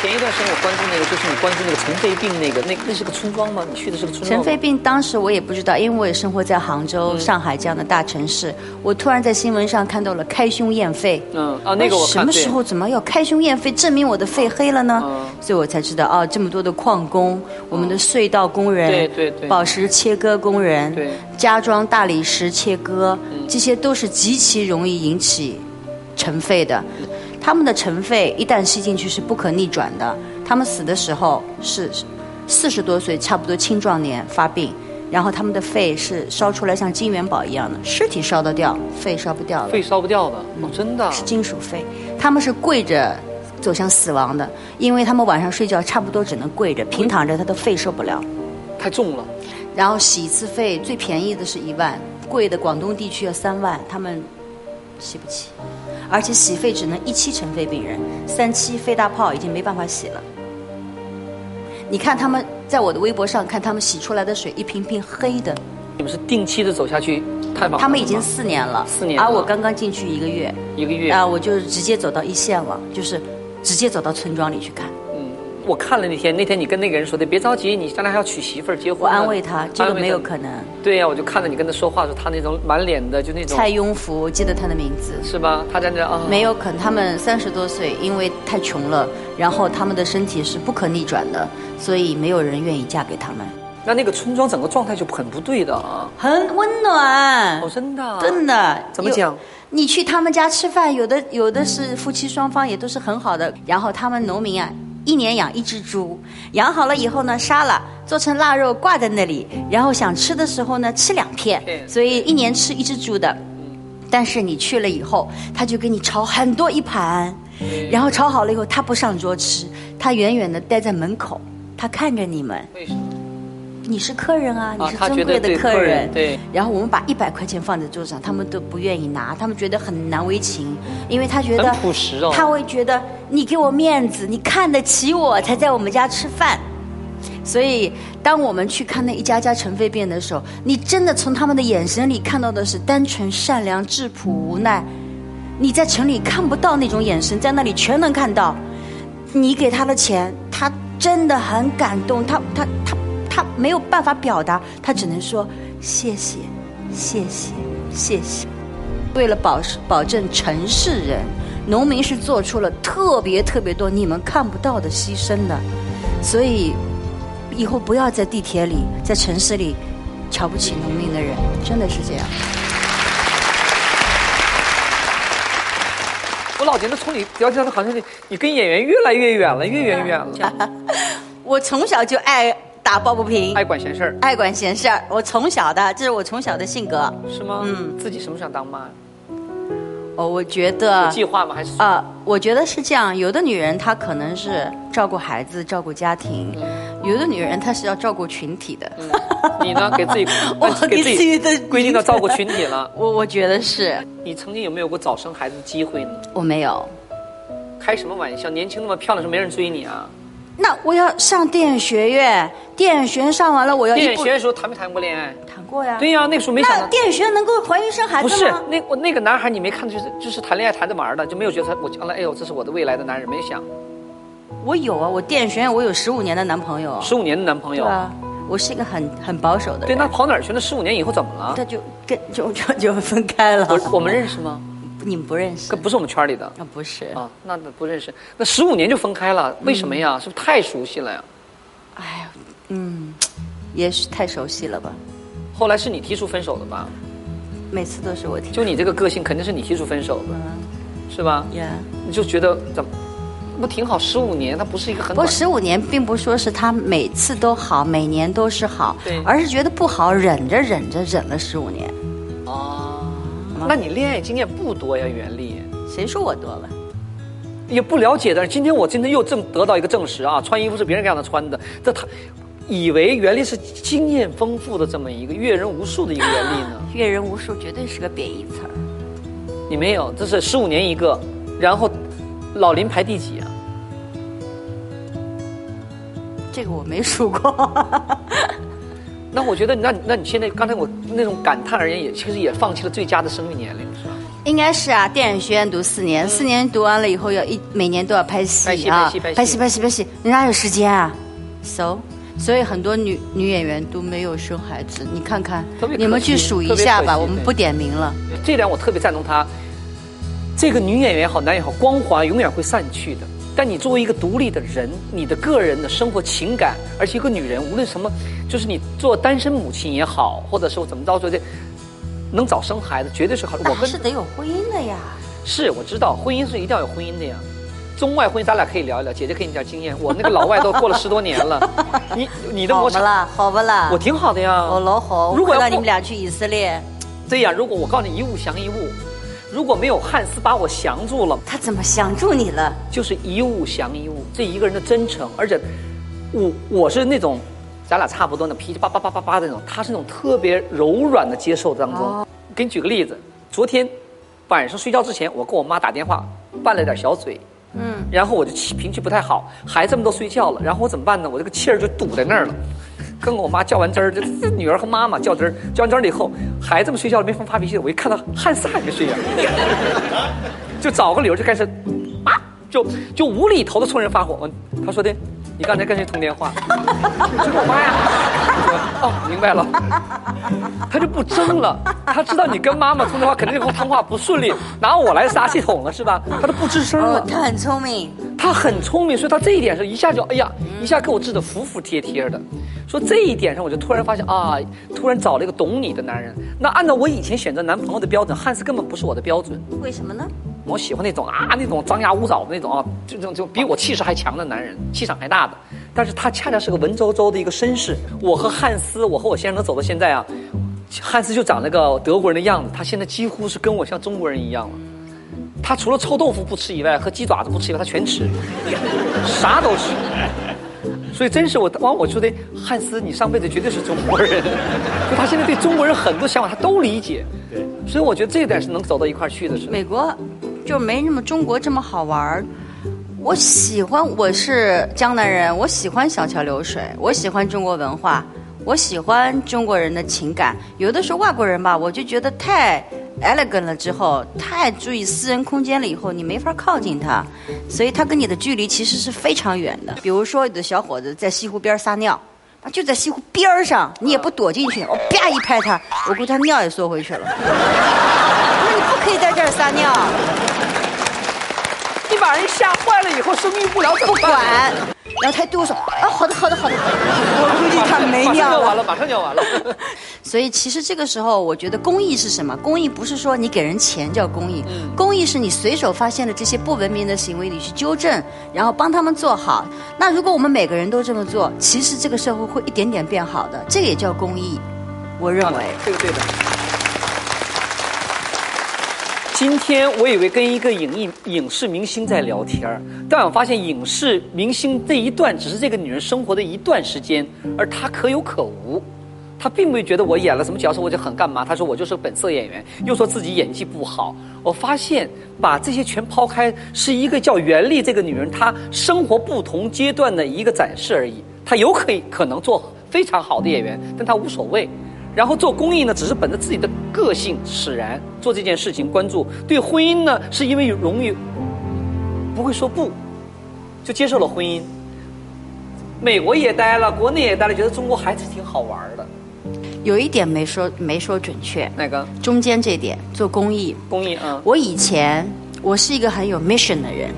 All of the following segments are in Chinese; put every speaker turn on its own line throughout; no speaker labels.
前一段时间我关注那个，就是你关注那个尘肺病那个，那那是个村庄吗？你去的是个村庄
尘
吗？
肺病当时我也不知道，因为我也生活在杭州、上海这样的大城市。我突然在新闻上看到了开胸验肺，
嗯啊那个我看
什么时候怎么要开胸验肺，证明我的肺黑了呢？
嗯
所以我才知道啊，这么多的矿工，我们的隧道工人，
哦对对对
宝石切割工人，
对嗯
家装大理石切割，这些都是极其容易引起尘肺的。他们的尘肺一旦吸进去是不可逆转的，他们死的时候是四十多岁，差不多青壮年发病，然后他们的肺是烧出来像金元宝一样的，尸体烧得掉，肺烧不掉了，
肺烧不掉的，
嗯
哦，真的啊。
是金属肺，他们是跪着。走向死亡的，因为他们晚上睡觉差不多只能跪着，平躺着他的肺受不了。
太重了，
然后洗一次肺最便宜的是一万，贵的广东地区要三万，他们洗不起，而且洗肺只能一期尘肺病人，三期肺大泡已经没办法洗了。你看他们在我的微博上看他们洗出来的水一瓶瓶黑的，
你们是定期的走下去探访
他们已
吗
经四年了，
四年了
而我刚刚进去一个月，
一个月
啊，我就直接走到一线了，就是直接走到村庄里去看。
我看了那天，那天你跟那个人说的，别着急，你将来还要娶媳妇儿、结婚
我
呢。
安慰他，这个没有
安慰
可能。
他。对呀、我就看着你跟他说话的时候，他那种满脸的就那种，
蔡雍福，我记得他的名字，
是吧？他在那啊，
没有可能，他们三十多岁，因为太穷了，然后他们的身体是不可逆转的，所以没有人愿意嫁给他们。
那那个村庄整个状态就很不对的啊，
很温暖
哦，，真的啊，
嗯真的。
怎么
有
讲？
你去他们家吃饭，有的有的是夫妻双方也都是很好的，然后他们农民啊。一年养一只猪，养好了以后呢，杀了做成腊肉挂在那里，然后想吃的时候呢，吃两片，
片
所以一年吃一只猪的。但是你去了以后，他就给你炒很多一盘，然后炒好了以后，他不上桌吃，他远远的待在门口，他看着你们，
为什么？
你是客人啊，你
啊
是
他
尊
觉得
贵
对
的客
客人
人，
对
然后我们把一百块钱放在桌上，他们都不愿意拿，他们觉得很难为情，因为他觉得
很朴实哦
他会觉得你给我面子，你看得起我才在我们家吃饭。所以，当我们去看那一家家尘肺病的时候，你真的从他们的眼神里看到的是单纯、善良、质朴、无奈。你在城里看不到那种眼神，在那里全能看到。你给他的钱，他真的很感动，他他他他没有办法表达，他只能说谢谢，谢谢，谢谢。为了保保证城市人，农民是做出了特别特别多你们看不到的牺牲的，所以以后不要在地铁里、在城市里瞧不起农民的人，真的是这样。
我老觉得从你聊天的好像你你跟演员越来越远
嗯
了，越远远了，
我从小就爱打抱不平，
爱管闲事儿
爱管闲事儿，我从小的，这是我从小的性格。
是吗？
嗯
自己什么时候想当妈？
哦，我觉得
有计划吗？还是
啊、我觉得是这样，有的女人她可能是照顾孩子、照顾家庭，有的女人她是要照顾群体的。
嗯你呢？给自己
我
给自
给自己
己
的
规定到照顾群体了。
我我觉得是
你曾经有没有过早生孩子的机会呢？
我没有。
开什么玩笑？年轻那么漂亮，是没人追你啊？
那我要上电影学院，电影学院上完了，我要
电
啊一
影
步
学院的时候谈没谈过恋爱？
谈过呀。
对呀、那个时候没想
那
到。
电影学院能够怀孕生孩
不
子
是
吗？
那我那个男孩，你没看就是就是谈恋爱谈着玩儿的，就没有觉得他我将来哎呦这是我的未来的男人，没想
我有啊，我电影学院我有十五年的男朋友。
十五年的男朋
对
友，
啊，我是一个很很保守的
对，
人。
那跑哪儿去了？十五年以后怎么了？
他就跟就就就分开了。
我我们认识吗？
你们不认识
可？不是我们圈里的
啊，不是。
啊，嗯那那不认识。那十五年就分开了，为什么呀？是不是太熟悉了呀？
哎呀，嗯，也许太熟悉了吧。
后来是你提出分手的吧？
每次都是我提
就你这个个性，肯定是你提出分手的，是吧？
呀。
你就觉得怎么不挺好？十五年，它不是一个很
不过
短。
十五年并不说是他每次都好，每年都是好
对，
而是觉得不好，忍着忍着忍了十五年。
哦，那你恋爱经验不多呀，袁丽。
谁说我多了？
也不了解的。今天我真的又证得到一个证实啊，穿衣服是别人让他穿的。这他以为袁丽是经验丰富的这么一个阅人无数的一个袁丽呢？
阅人无数绝对是个贬义词儿。
你没有，这是十五年一个，然后老林排第几啊？
这个我没数过。
那我觉得，那那你现在刚才我那种感叹而言也，其实也放弃了最佳的生育年龄，是吧？
应该是啊，电影学院读四年，四年读完了以后要一每年都要拍
拍戏
戏
拍
啊
戏，拍戏
嗯拍戏拍戏拍戏，你哪有时间啊？so，所以很多女女演员都没有生孩子，你看看
特别，可惜
你们去数一下吧，
特别可惜
我们
对
不点名了。
这点我特别赞同他。这个女演员也好，男演员也好，光环永远会散去的。但你作为一个独立的人，你的个人的生活情感，而且一个女人，无论什么，就是你做单身母亲也好，或者说怎么着说这，能早生孩子绝对是 好。我
那还
跟
是得有婚姻的呀。
是我知道，婚姻是一定要有婚姻的呀。中外婚姻咱俩可以聊一聊，姐姐给你点经验。我那个老外都过了十多年了，你你的
好
我
不啦，好不啦，
我挺好的呀。
我老好，
如
我
果
看
要
到
不
你们俩去以色列，
对呀，如果我告诉你一物降一物，如果没有汉斯把我降住了，
他怎么想住你了？
就是一物降一物，这一个人的真诚，而且我我是那种，咱俩差不多那脾气叭叭叭叭叭的那种，他是那种特别柔软的接受当中。给你举个例子，昨天晚上睡觉之前，我跟我妈打电话拌了点小嘴，嗯，然后我就气情绪不太好，孩子们都睡觉了，然后我怎么办呢？我这个气儿就堵在那儿了。跟我妈较完真儿，这这女儿和妈妈较真儿，较完真儿了以后，孩子们睡觉了没法发脾气了，我一看到汉斯还没睡呀、 就找个理由就开始，啊，就就无厘头的冲人发火。他说的，你刚才跟谁通电话？这是我妈呀。我说哦，明白了。他就不争了，他知道你跟妈妈通电话肯定跟我通话不顺利，拿我来撒系统了是吧？他都不吱声
哦
了，。
他很聪明，
他很聪明，所以他这一点是一下就哎呀，一下给我治得服服帖帖的。说这一点上，我就突然发现啊，突然找了一个懂你的男人。那按照我以前选择男朋友的标准，汉斯根本不是我的标准。
为什么呢？
我喜欢那种啊，那种张牙舞爪的那种啊，就就就比我气势还强的男人，气场还大的。但是他恰恰是个文绉绉的一个绅士。我和汉斯，我和我先生能走到现在啊，汉斯就长那个德国人的样子，他现在几乎是跟我像中国人一样了。他除了臭豆腐不吃以外，和鸡爪子不吃以外，他全吃，啥都吃。所以真是我，完我说的汉斯，你上辈子绝对是中国人。就他现在对中国人很多想法，他都理解。对，所以我觉得这一点是能走到一块儿去的，是吧。
美国就没那么中国这么好玩儿。我喜欢，我是江南人，我喜欢小桥流水，我喜欢中国文化，我喜欢中国人的情感。有的时候外国人吧，我就觉得太 elegant 了，之后太注意私人空间了，以后你没法靠近他，所以他跟你的距离其实是非常远的。比如说，有的小伙子在西湖边撒尿。他就在西湖边儿上，你也不躲进去，我啪一拍他，我估他尿也缩回去了。那你不可以在这儿撒尿，
你把人吓坏了以后，生育不了怎
不
么
管
办？。
然后他对我说：“啊，好的，好的，好的。”我估计 他没
马上
尿
就完
了。
了，马上就完了。
所以其实这个时候，我觉得公益是什么？公益不是说你给人钱叫公益，公益是你随手发现了这些不文明的行为，你去纠正，然后帮他们做好。那如果我们每个人都这么做，其实这个社会会一点点变好的，这个也叫公益，我认为。
这个对的。今天我以为跟一个影艺影视明星在聊天儿，但我发现影视明星这一段只是这个女人生活的一段时间，而她可有可无。她并没有觉得我演了什么角色我就很干嘛，她说我就是本色演员，又说自己演技不好。我发现把这些全抛开，是一个叫袁丽这个女人她生活不同阶段的一个展示而已。她有可以可能做非常好的演员，但她无所谓。然后做公益呢，只是本着自己的个性使然做这件事情，关注对婚姻呢，是因为容易不会说不，就接受了婚姻。美国也待了，国内也待了，觉得中国还是挺好玩儿的。
有一点没说没说准确，
哪个
中间这点做公益，
公益啊？
我以前我是一个很有 mission 的人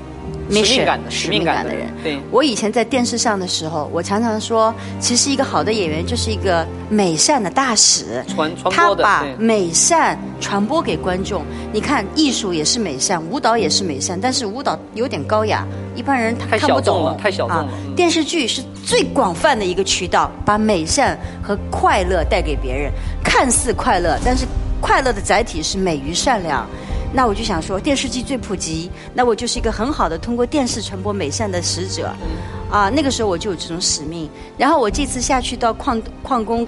使命感的
使命感
使命感
的人。
的人对
我以前在电视上的时候，我常常说，其实一个好的演员就是一个美善的大使，
传传
他
播的
把
对
美善传播给观众。你看，艺术也是美善，舞蹈也是美善，但是舞蹈有点高雅，一般人他
太
看不
小众
懂啊
了太小众了嗯
电视剧是最广泛的一个渠道，把美善和快乐带给别人。看似快乐，但是快乐的载体是美与善良。那我就想说，电视剧最普及，那我就是一个很好的通过电视传播美善的使者。
嗯
啊，那个时候我就有这种使命。然后我这次下去到矿矿工，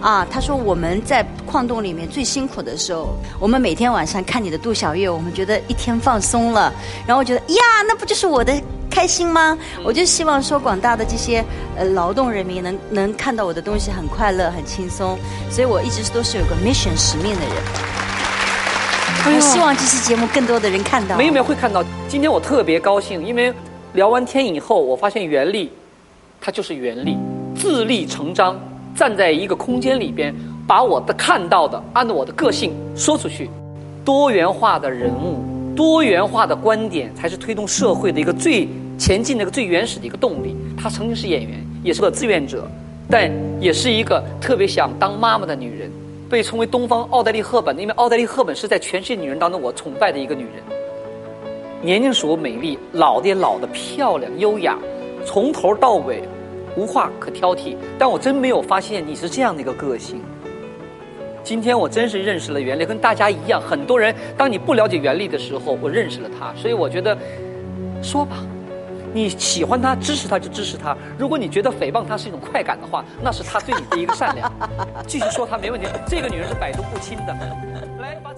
啊，他说我们在矿洞里面最辛苦的时候，我们每天晚上看你的杜小月，我们觉得一天放松了，然后我觉得呀，那不就是我的开心吗？我就希望说广大的这些呃劳动人民能能看到我的东西很快乐很轻松，所以我一直都是有个 mission 使命的人。不是希望这期节目更多的人看到。
哎没有没有会看到。今天我特别高兴，因为聊完天以后，我发现原力，它就是原力，自立成章，站在一个空间里边，把我的看到的，按照我的个性说出去。多元化的人物，多元化的观点，才是推动社会的一个最前进的一个最原始的一个动力。她曾经是演员，也是个志愿者，但也是一个特别想当妈妈的女人，被称为东方奥黛丽·赫本，因为奥黛丽·赫本是在全世界女人当中我崇拜的一个女人。年轻时候美丽，老的也老的漂亮优雅，从头到尾无话可挑剔。但我真没有发现你是这样的一个个性。今天我真是认识了袁立，跟大家一样，很多人当你不了解袁立的时候，我认识了他，所以我觉得，说吧，你喜欢他、支持他就支持他。如果你觉得诽谤他是一种快感的话，那是他对你的一个善良。继续说他没问题，这个女人是百毒不侵的。来，把。